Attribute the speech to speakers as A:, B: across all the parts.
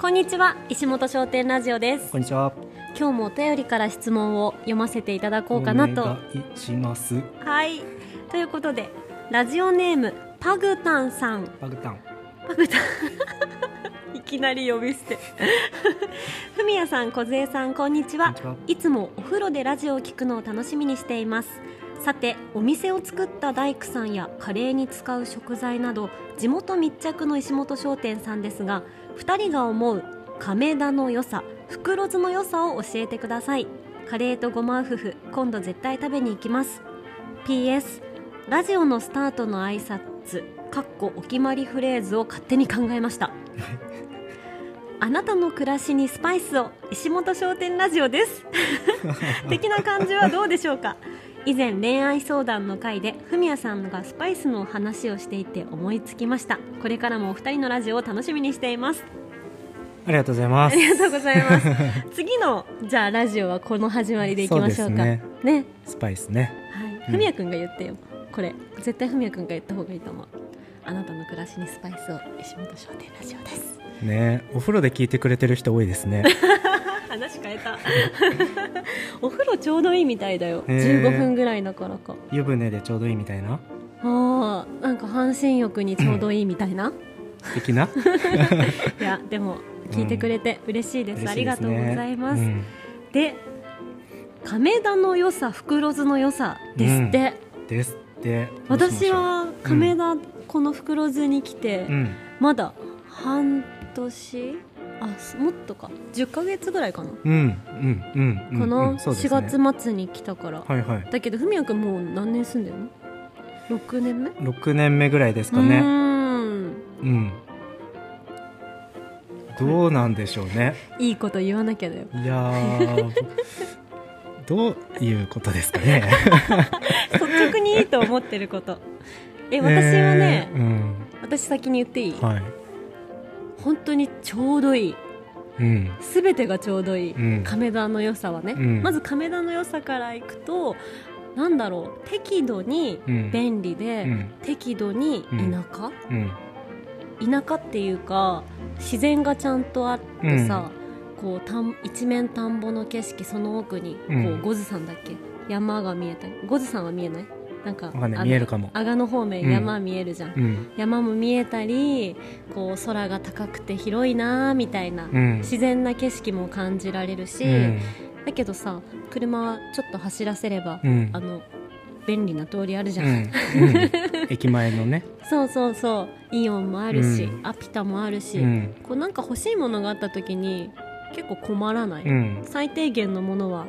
A: こんにちは石本商店ラジオです
B: こんにちは。
A: 今日もお便りから質問を読ませていただこうかなと
B: お願いします。
A: はいということでラジオネームパグタンさん
B: バグタン。
A: パグタン いきなり呼び捨て ふみやさん小杖さんこんにち
B: こん
A: は
B: にちは。
A: いつもお風呂でラジオを聞くのを楽しみにしていますさてお店を作った大工さんやカレーに使う食材など地元密着の石本商店さんですが2人が思う亀田の良さ袋酢の良さを教えてくださいカレーとごま夫婦今度絶対食べに行きます PS ラジオのスタートの挨拶かっこお決まりフレーズを勝手に考えました あなたの暮らしにスパイスを石本商店ラジオ です的な感じはどうでしょうか以前恋愛相談の回でふみやさんがスパイスの話をしていて思いつきましたこれからもお二人のラジオを楽しみにしてい ます
B: ありがとうございま
A: あ
B: す。
A: りがとうございます次のじゃあラジオはこの始まりでいきましょうか
B: そう
A: ね
B: ですスパイスね。
A: は
B: う
A: い、
B: ん
A: ふみやくんが言ってよこれ絶対ふみやくんが言った方がいいと思うあなたの暮らしにスパイスを石本商店ラジオです
B: ね、お風呂で聞いてくれてる人多いですね。
A: 話変えた お風呂ちょうどいいみたいだよ
B: へー
A: 15分ぐらいだからか
B: 湯船でちょうどいいみたいな。
A: あーなんか半身浴にちょうどいいみたい な
B: 的な。
A: いやでも聞いてくれて嬉しい です、あ
B: 嬉し
A: り
B: いで
A: が
B: す
A: と
B: ね
A: うございます、
B: うん
A: で亀田の良さ袋酢の良さですって、
B: ですって。どうしまし
A: 私
B: ょう。
A: は亀田、この袋酢に来て、
B: うん。
A: まだ半年あすもっとか10ヶ月ぐらいかな、
B: うんうんうんうん。
A: か
B: う
A: なん
B: そうです
A: 4
B: ね
A: 月末に来たから、
B: はいはい。
A: だけど文也君もう何年住んでるの ?6 年目
B: 六年目ぐらいですか
A: う
B: ね。
A: ーん
B: うん。どうなんでしょうね。
A: いいこと言わなきゃだよ
B: い やーどういうことですかね。
A: 率直にいいと思ってる ことえ私はね、
B: えーうん、
A: 私先に言っていい、
B: はい、
A: 本当にちょうどいい
B: うん、
A: 全てがちょうどいい、
B: うん
A: 亀田の良さはね、
B: うん
A: まず亀田の良さからいくとなんだろう適度に
B: うん、
A: 便利で、
B: うん、
A: 適度に田舎、
B: う
A: 田
B: ん、
A: 舎っていうか自然がちゃんとあってさ、こう田ん一面田んぼの景色その奥にこう、
B: うん
A: ゴズ山だっけ山が見えたりゴズ山は見えないなんか
B: わかんない
A: あの
B: 見えるかも
A: 阿賀野方面
B: うん
A: 山見えるじゃん、
B: うん、
A: 山も見えたりこう空が高くて広いなーみたいな、
B: うん、
A: 自然な景色も感じられるし、
B: うん、
A: だけどさ車ちょっと走らせれば、
B: うん、
A: あの便利な通りあるじ
B: う
A: ゃ
B: ん、
A: ん、
B: うん、 駅前のね、
A: そうそうそうイオンもあるし、
B: うん
A: アピタもあるし、
B: うん、
A: こうなんか欲しいものがあった時に結構困らない、
B: うん、
A: 最低限のものは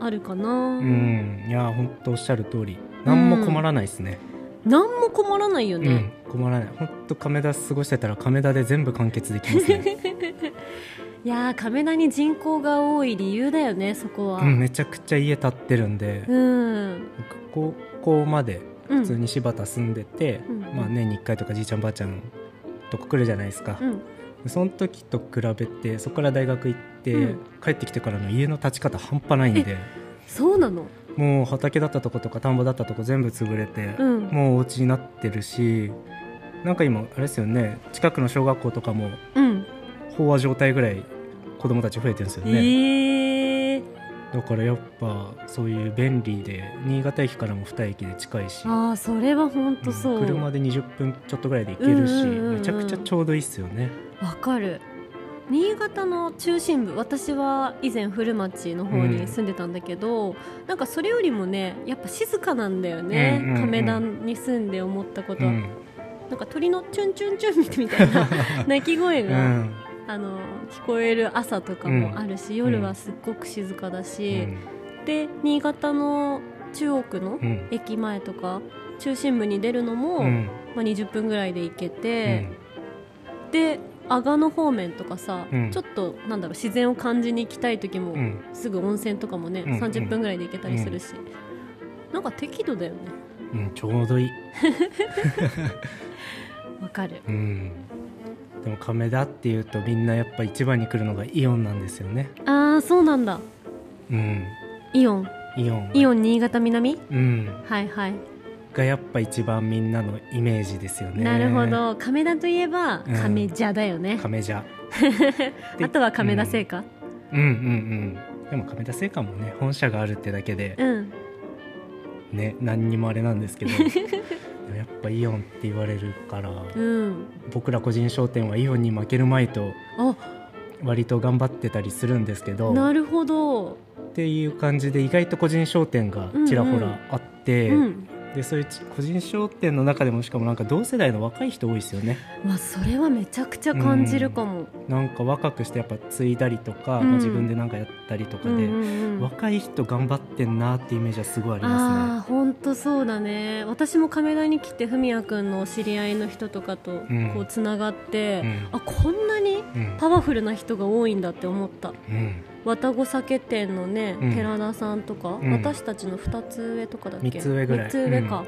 A: あるかな、
B: うん、いやー、本当おっしゃる通り、何も困らないですね。
A: 何も困らないよ
B: う
A: ね
B: ん、、困らない、本当亀田過ごしてたら、亀田で全部完結できま すね。
A: いやー亀田に人口が多い理由だよねそこは
B: うん、めちゃくちゃ家建ってるんで、
A: うん
B: 僕高校まで
A: うん
B: 普通に柴田住んでて、
A: うん
B: まあ年に1回とかじいちゃんばあちゃんとこ来るじゃないですか
A: う、ん
B: その時と比べてそこから大学行って、
A: うん
B: 帰ってきてからの家の立ち方半端ないんで
A: そうなの
B: もう畑だったとことか田んぼだったとこ全部潰れて、
A: うん
B: もうお家になってるしなんか今あれですよね近くの小学校とかも
A: うん、
B: 飽和状態ぐらい子供たち増えてるんですよね、
A: ええー、
B: だからやっぱそういう便利で新潟駅からも2駅で近いし、
A: ああそれは本当そう、
B: うん車で20分ちょっとぐらいで行けるし、
A: うんうんうんうん
B: めちゃくちゃちょうどいいっすよね
A: わかる新潟の中心部私は以前古町の方に住んでたんだけど、なんかそれよりもねやっぱ静かなんだよね、
B: うんうんうん
A: 亀田に住んで思ったこと
B: う
A: は、
B: ん、
A: なんか鳥のチュンチュンチュンみたい な鳴き声
B: う
A: が、
B: ん
A: あの聞こえる朝とかもあるし、夜はすっごく静かだ
B: う
A: し、
B: ん
A: で新潟の中央区の
B: うん
A: 駅前とか中心部に出るのも、
B: うん
A: まあ、20分ぐらいで行け
B: う
A: て。
B: ん
A: で阿賀野方面とかさ、
B: うん
A: ちょっとなんだろう自然を感じに行きたい時も、
B: うん
A: すぐ温泉とかもね、
B: うんうん
A: 30分ぐらいで行けたりするし、なんか適度だよね
B: うんちょうどいい、
A: わかる
B: うん、でも亀田っていうとみんなやっぱ一番に来るのがイオンなんですよね、
A: あーそうなんだ
B: うん、
A: イオン
B: イオン
A: イ
B: ン、
A: オン新潟南
B: うん、
A: はいはい
B: がやっぱ一番みんなのイメージですよね
A: なるほど亀田といえば
B: うん
A: 亀田だよね、
B: 亀じゃで
A: あとは亀田製菓
B: うんうんうんでも亀田製菓もね本社があるってだけで
A: うん、
B: ね何にもあれなんです けどでもやっぱイオンって言われるから
A: うん、
B: 僕ら個人商店はイオンに負ける前と割と頑張ってたりするんですけ
A: あ
B: ど
A: なるほど、
B: っていう感じで意外と個人商店がちらほらあって、
A: うん
B: でそういうち個人商店の中でもしかもなんか同世代の若い人多いですよね
A: まあそれはめちゃくちゃ感じるかも、
B: なんか若くしてやっぱ継いだりとか、
A: うん
B: まあ自分でなんかやったりとか
A: う
B: で、
A: んうんうん、
B: 若い人頑張ってんなってイメージはすごいありま
A: ああ本当そうだね私も亀田に来て文也君のお知り合いの人とかと
B: ん
A: こうつながって
B: す、ね
A: あこんなに
B: うんうん
A: パワフルな人が多いんだって思った
B: うん
A: 綿子酒店のね、
B: うん
A: 寺田さんとか、
B: うん
A: 私たちの2つ上とかだっけ
B: 三つ上ぐらい
A: 三つ上か、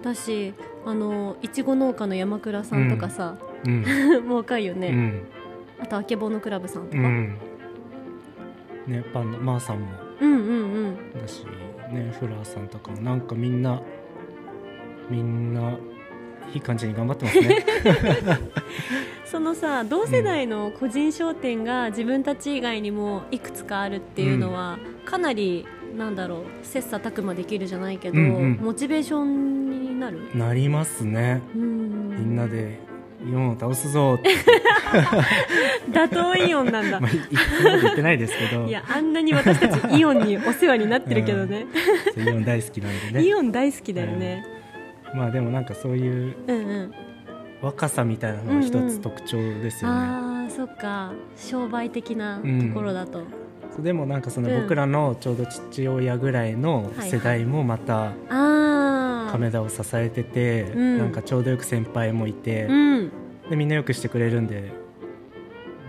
A: だしあのいちご農家の山倉さんとかさ、
B: うん
A: もう若いよ
B: う
A: ね、
B: ん
A: あとあけぼのクラブさんと
B: う
A: か、うん、
B: んねパンダマーさんも
A: うんうん
B: だしねフラーさんとかもなんかみんなみんないい感じに頑張ってます ね
A: そのさ同世代の個人商店が自分たち以外にもいくつかあるっていうのは、かなりなんだろう切磋琢磨できるじゃないけど、
B: うんうん
A: モチベーションになる、
B: なりますね
A: うん、
B: みんなでイオンを倒すぞ って、
A: 打倒イオンなんだ
B: まあ、いいつまで言ってないですけど
A: いやあんなに私たちイオンにお世話になってるけどね、
B: そうイオン大好きなんで
A: イ
B: ね
A: オン大好きだよね、
B: まあでもなんかそういう
A: うんうん
B: 若さみたいなのが一
A: うんう
B: つ
A: ん
B: 特徴ですよね、
A: ああそっか商売的なところだと、
B: そうでもなんかその
A: うん
B: 僕らのちょうど父親ぐらいの世代もまた
A: ああ
B: 亀田を支えてて、
A: ん
B: なんかちょうどよく先輩もいて、
A: うん
B: でみんなよくしてくれるんで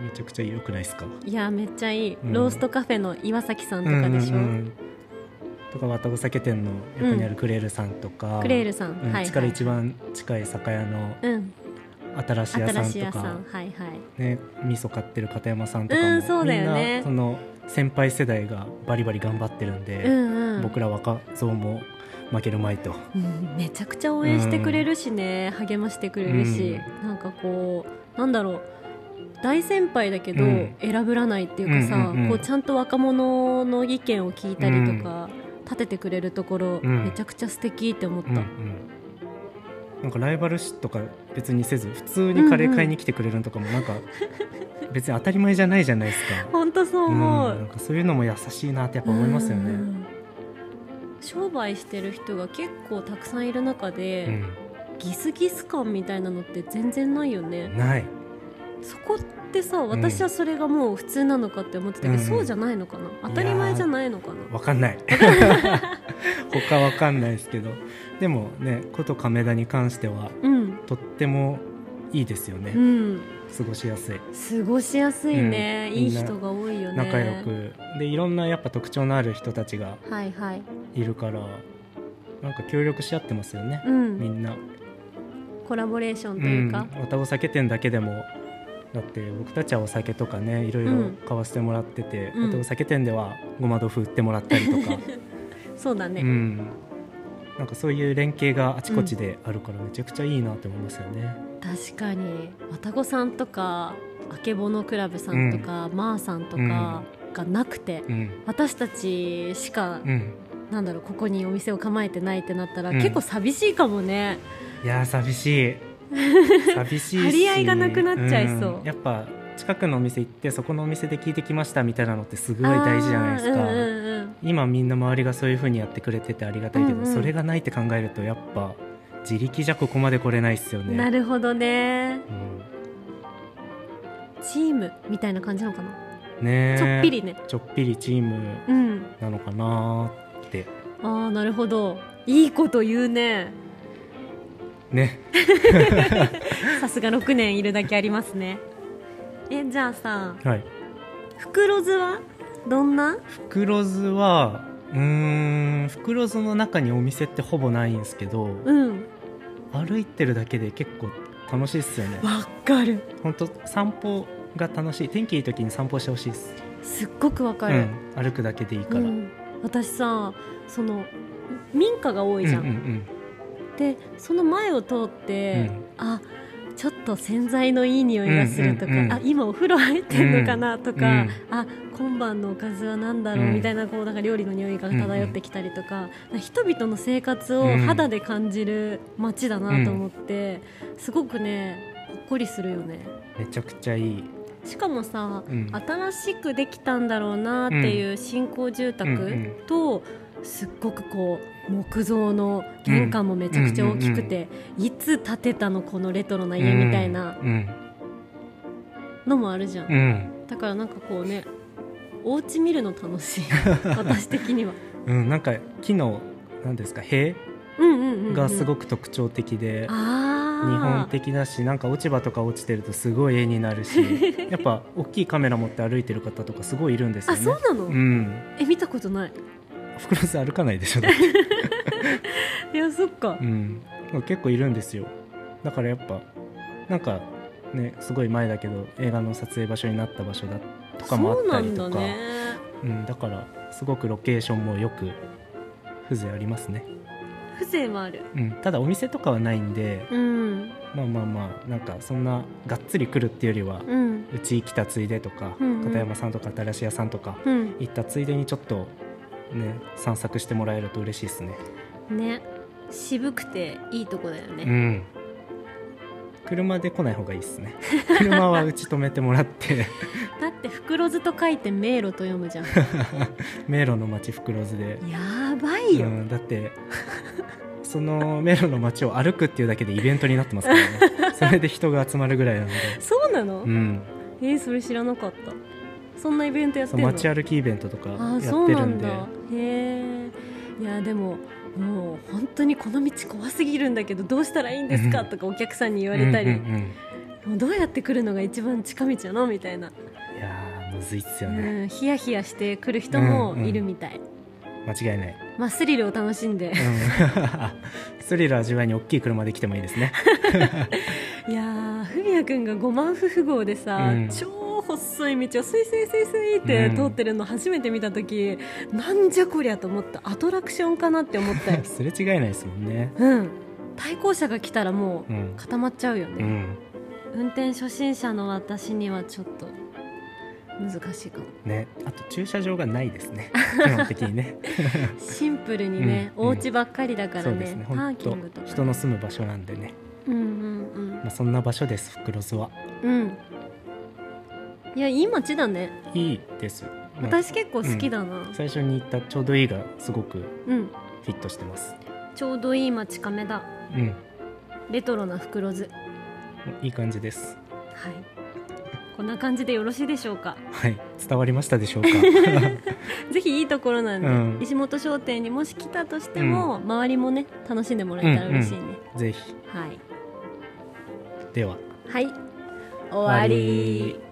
B: めちゃくちゃ良くないですか
A: いやめっちゃいい、
B: うん
A: ローストカフェの岩崎さんとかでしょ、
B: うんうんうんとか綿子酒店の横にあるクレールさんとか、
A: クレールさん、
B: うん
A: はい、
B: うちか
A: は
B: ら
A: い、
B: 一番近い酒屋の
A: うん
B: 新しい屋さ
A: 新
B: ん
A: しい
B: と
A: 屋さ
B: か
A: ん、はいはい
B: ね、味噌買ってる片山さんとかも、
A: うんそうだよね
B: みんなその先輩世代がバリバリ頑張ってるんで、
A: うんうん
B: 僕ら若造も負けるまいと、
A: うんめちゃくちゃ応援してくれるしね、励ましてくれるし、なんかこうなんだろう大先輩だけど
B: うん
A: 選ぶらないっていうかさ、
B: うんうんうん
A: こうちゃんと若者の意見を聞いたりとか、立ててくれるところ、
B: うん
A: めちゃくちゃ素敵って思った、
B: うんうんなんかライバル視とか別にせず普通にカレー買いに来てくれるのとかも なんか別に当たり前じゃないじゃないですか。
A: 本当そう思う、
B: ん、なんかそういうのも優しいなってやっぱ思いますよね。
A: うん商売してる人が結構たくさんいる中で、ギスギス感みたいなのって全然ないよね、
B: うんない
A: そこってさ私はそれがもう普通なのかって思ってたけど、
B: うん
A: そうじゃないのかな当たり前じゃないのかな
B: わかんない 他わかんないですけどでもねこと亀田に関しては
A: うん、
B: とってもいいですよね、
A: うん、
B: 過ごしやすい
A: 過ごしやすいね、
B: うん
A: いい
B: みんな
A: 人が多いよね
B: 仲良くでいろんなやっぱ特徴のある人たちが
A: はいはい
B: いるからなんか協力し合ってますよね
A: う、
B: み
A: ん
B: んな。
A: コラボレーション
B: う、
A: というんか、
B: またお酒店だけでもだって僕たちはお酒とかねいろいろ買わせてもらってて、
A: うん
B: またお酒店ではごま豆腐売ってもらったりと か、
A: そうだ
B: う
A: ね、
B: ん、なんかそういう連携があちこちであるからめちゃくちゃいいなって思いますよね。
A: 確かに綿子さんとかあけぼのクラブさんとか、まーさんとかがなくて、
B: うん、
A: 私たちしか、
B: うん、
A: なんだろうここにお店を構えてないってなったら、
B: うん
A: 結構寂しいかもね
B: いやー 寂しい寂しいし
A: 張り合いがなくなっちゃいそうん
B: やっぱ近くのお店行ってそこのお店で聞いてきましたみたいなのってすごい大事じゃないですか、
A: あーうんうんうん
B: 今みんな周りがそういう風にやってくれててありがたいけど、
A: うんうん
B: それがないって考えるとやっぱ自力じゃここまで来れないっすよね
A: なるほどね
B: うん
A: チームみたいな感じなのかな、
B: ねえ
A: ちょっぴりね
B: ちょっぴりチーム
A: うん
B: なのかなーって
A: あーなるほどいいこと言うね
B: ね
A: さすが6年いるだけありますねえじゃあさ
B: はい
A: 袋酢はどんな
B: 袋酢はうーん袋酢の中にお店ってほぼないんですけど、
A: うん
B: 歩いてるだけで結構楽しいっすよね
A: わかる
B: 本当散歩が楽しい天気いい時に散歩してほしいです、
A: すっごくわか
B: う
A: る、
B: ん、歩くだけでいいか
A: う
B: ら、
A: ん私さその民家が多いじゃん、
B: うんうん
A: でその前を通って、あちょっと洗剤のいい匂いがするとか、
B: うんうんうん
A: あ今お風呂入ってんのかなとか、
B: うん
A: あ今晩のおかずは何だろう
B: うん
A: みたいなこうなんか料理の匂いが漂ってきたりとか,、人々の生活
B: う
A: を
B: ん
A: 肌で感じる街だなと思って、すごくねほっこりするよね。
B: めちゃくちゃいい、
A: しかもさ、
B: うん、
A: 新しくできたんだろうなっていう新興住宅、
B: うんうん
A: とすっごくこう木造の玄関もめちゃくちゃ大きくて、いつ建てたのこのレトロな家みたいな
B: うん
A: のもあるじゃん、
B: うん、
A: だからなんかこうねお家見るの楽 しい私的には
B: うん、なんか木のなんですか塀
A: うんうんうんうん、
B: がすご
A: く
B: く特徴的で、
A: あー
B: 日本的だしなんか落ち葉とか落ちてるとすごい絵にな るしやっぱ大きいカメラ持って歩いてる方とかすごいいるんですよ
A: あ
B: ね。
A: そうなの、
B: うん、
A: え見たことない
B: フクロス歩かないでしょ、だって
A: いやそっか
B: うん、結構いるんですよだからやっぱなんかねすごい前だけど映画の撮影場所になった場所だとかもあったり
A: そうな
B: と
A: ん
B: か
A: だ
B: う、
A: ね
B: ん、だからすごくロケーションもよく風情ありますね、
A: 風情はある
B: うん、ただお店とかはないんで
A: うん
B: まあまあまあなんかそんながっつり来るっていうよりは、
A: うん
B: うち来たついでとか、
A: うんうん
B: 片山さんとか新しい屋さんとか
A: うん
B: 行ったついでにちょっとね散策してもらえると嬉しいですね
A: ね渋くていいとこだよね、
B: うん車で来ない方がいいですね 車はうち止めてもらって
A: だって袋図と書いて迷路と読むじゃん
B: 迷路の街袋津で
A: やばいよ、
B: うん、だってその迷路の街を歩くっていうだけでイベントになってま すからねそれで人が集まるぐらいなので
A: そうなの、
B: うん
A: えーそれ知らなかったそんなイベントやって
B: そ
A: ん
B: う
A: の
B: 街歩きイベントとかや
A: あ
B: っ
A: ー
B: て
A: そうな
B: る
A: ん
B: んで
A: だへえいやでももう本当にこの道怖すぎるんだけどどうしたらいいんですか
B: うん
A: とかお客さんに言われたり、
B: うんうんうん
A: もうどうやって来るのが一番近道なのみたいな、
B: いやーむずいっす
A: う
B: よね、
A: ん、ヒヤヒヤして来る人もいるみたい、
B: 間違いない
A: まあスリルを楽しんで
B: うん スリル味わいに大きい車で来てもいいですね。
A: いやーフミヤ君が5万夫婦号でさ、
B: うん
A: 超細い道をスイスイスイスイって
B: うん
A: 通ってるの初めて見た時、なんじゃこりゃと思ったアトラクションかなって思った よ
B: すれ違いないですもんね。
A: うん対向車が来たらも
B: う。
A: うん固まっちゃうよ
B: う
A: ね、
B: ん。
A: 運転初心者の私にはちょっと難しいかも
B: ね。あと駐車場がないで すね。基本的にね。
A: シンプルにね、
B: うん
A: お家ばっかりだから
B: そうで
A: ね
B: すね。
A: パー
B: 本
A: キングと
B: 当
A: か
B: 人の住む場所なんでね。
A: うんうん
B: まあそんな場所です。フクロスは。
A: うんうんいやいい街だね
B: いいです。まあ
A: 私結構好きだな、
B: 最初に言ったちょうどいいがすごく
A: うん、
B: フィットしてます。
A: ちょうどいい街亀だ
B: うん。
A: レトロな袋図
B: いい感じです。
A: はいこんな感じでよろしいでしょうか
B: はい。伝わりましたで しょうか。
A: ぜひいいところなんで、
B: うん
A: 石本商店にもし来たとしても、周りもね楽しんでもらえたら嬉しいね、
B: ぜひ。
A: はい
B: では。
A: はい終わり
B: 終わり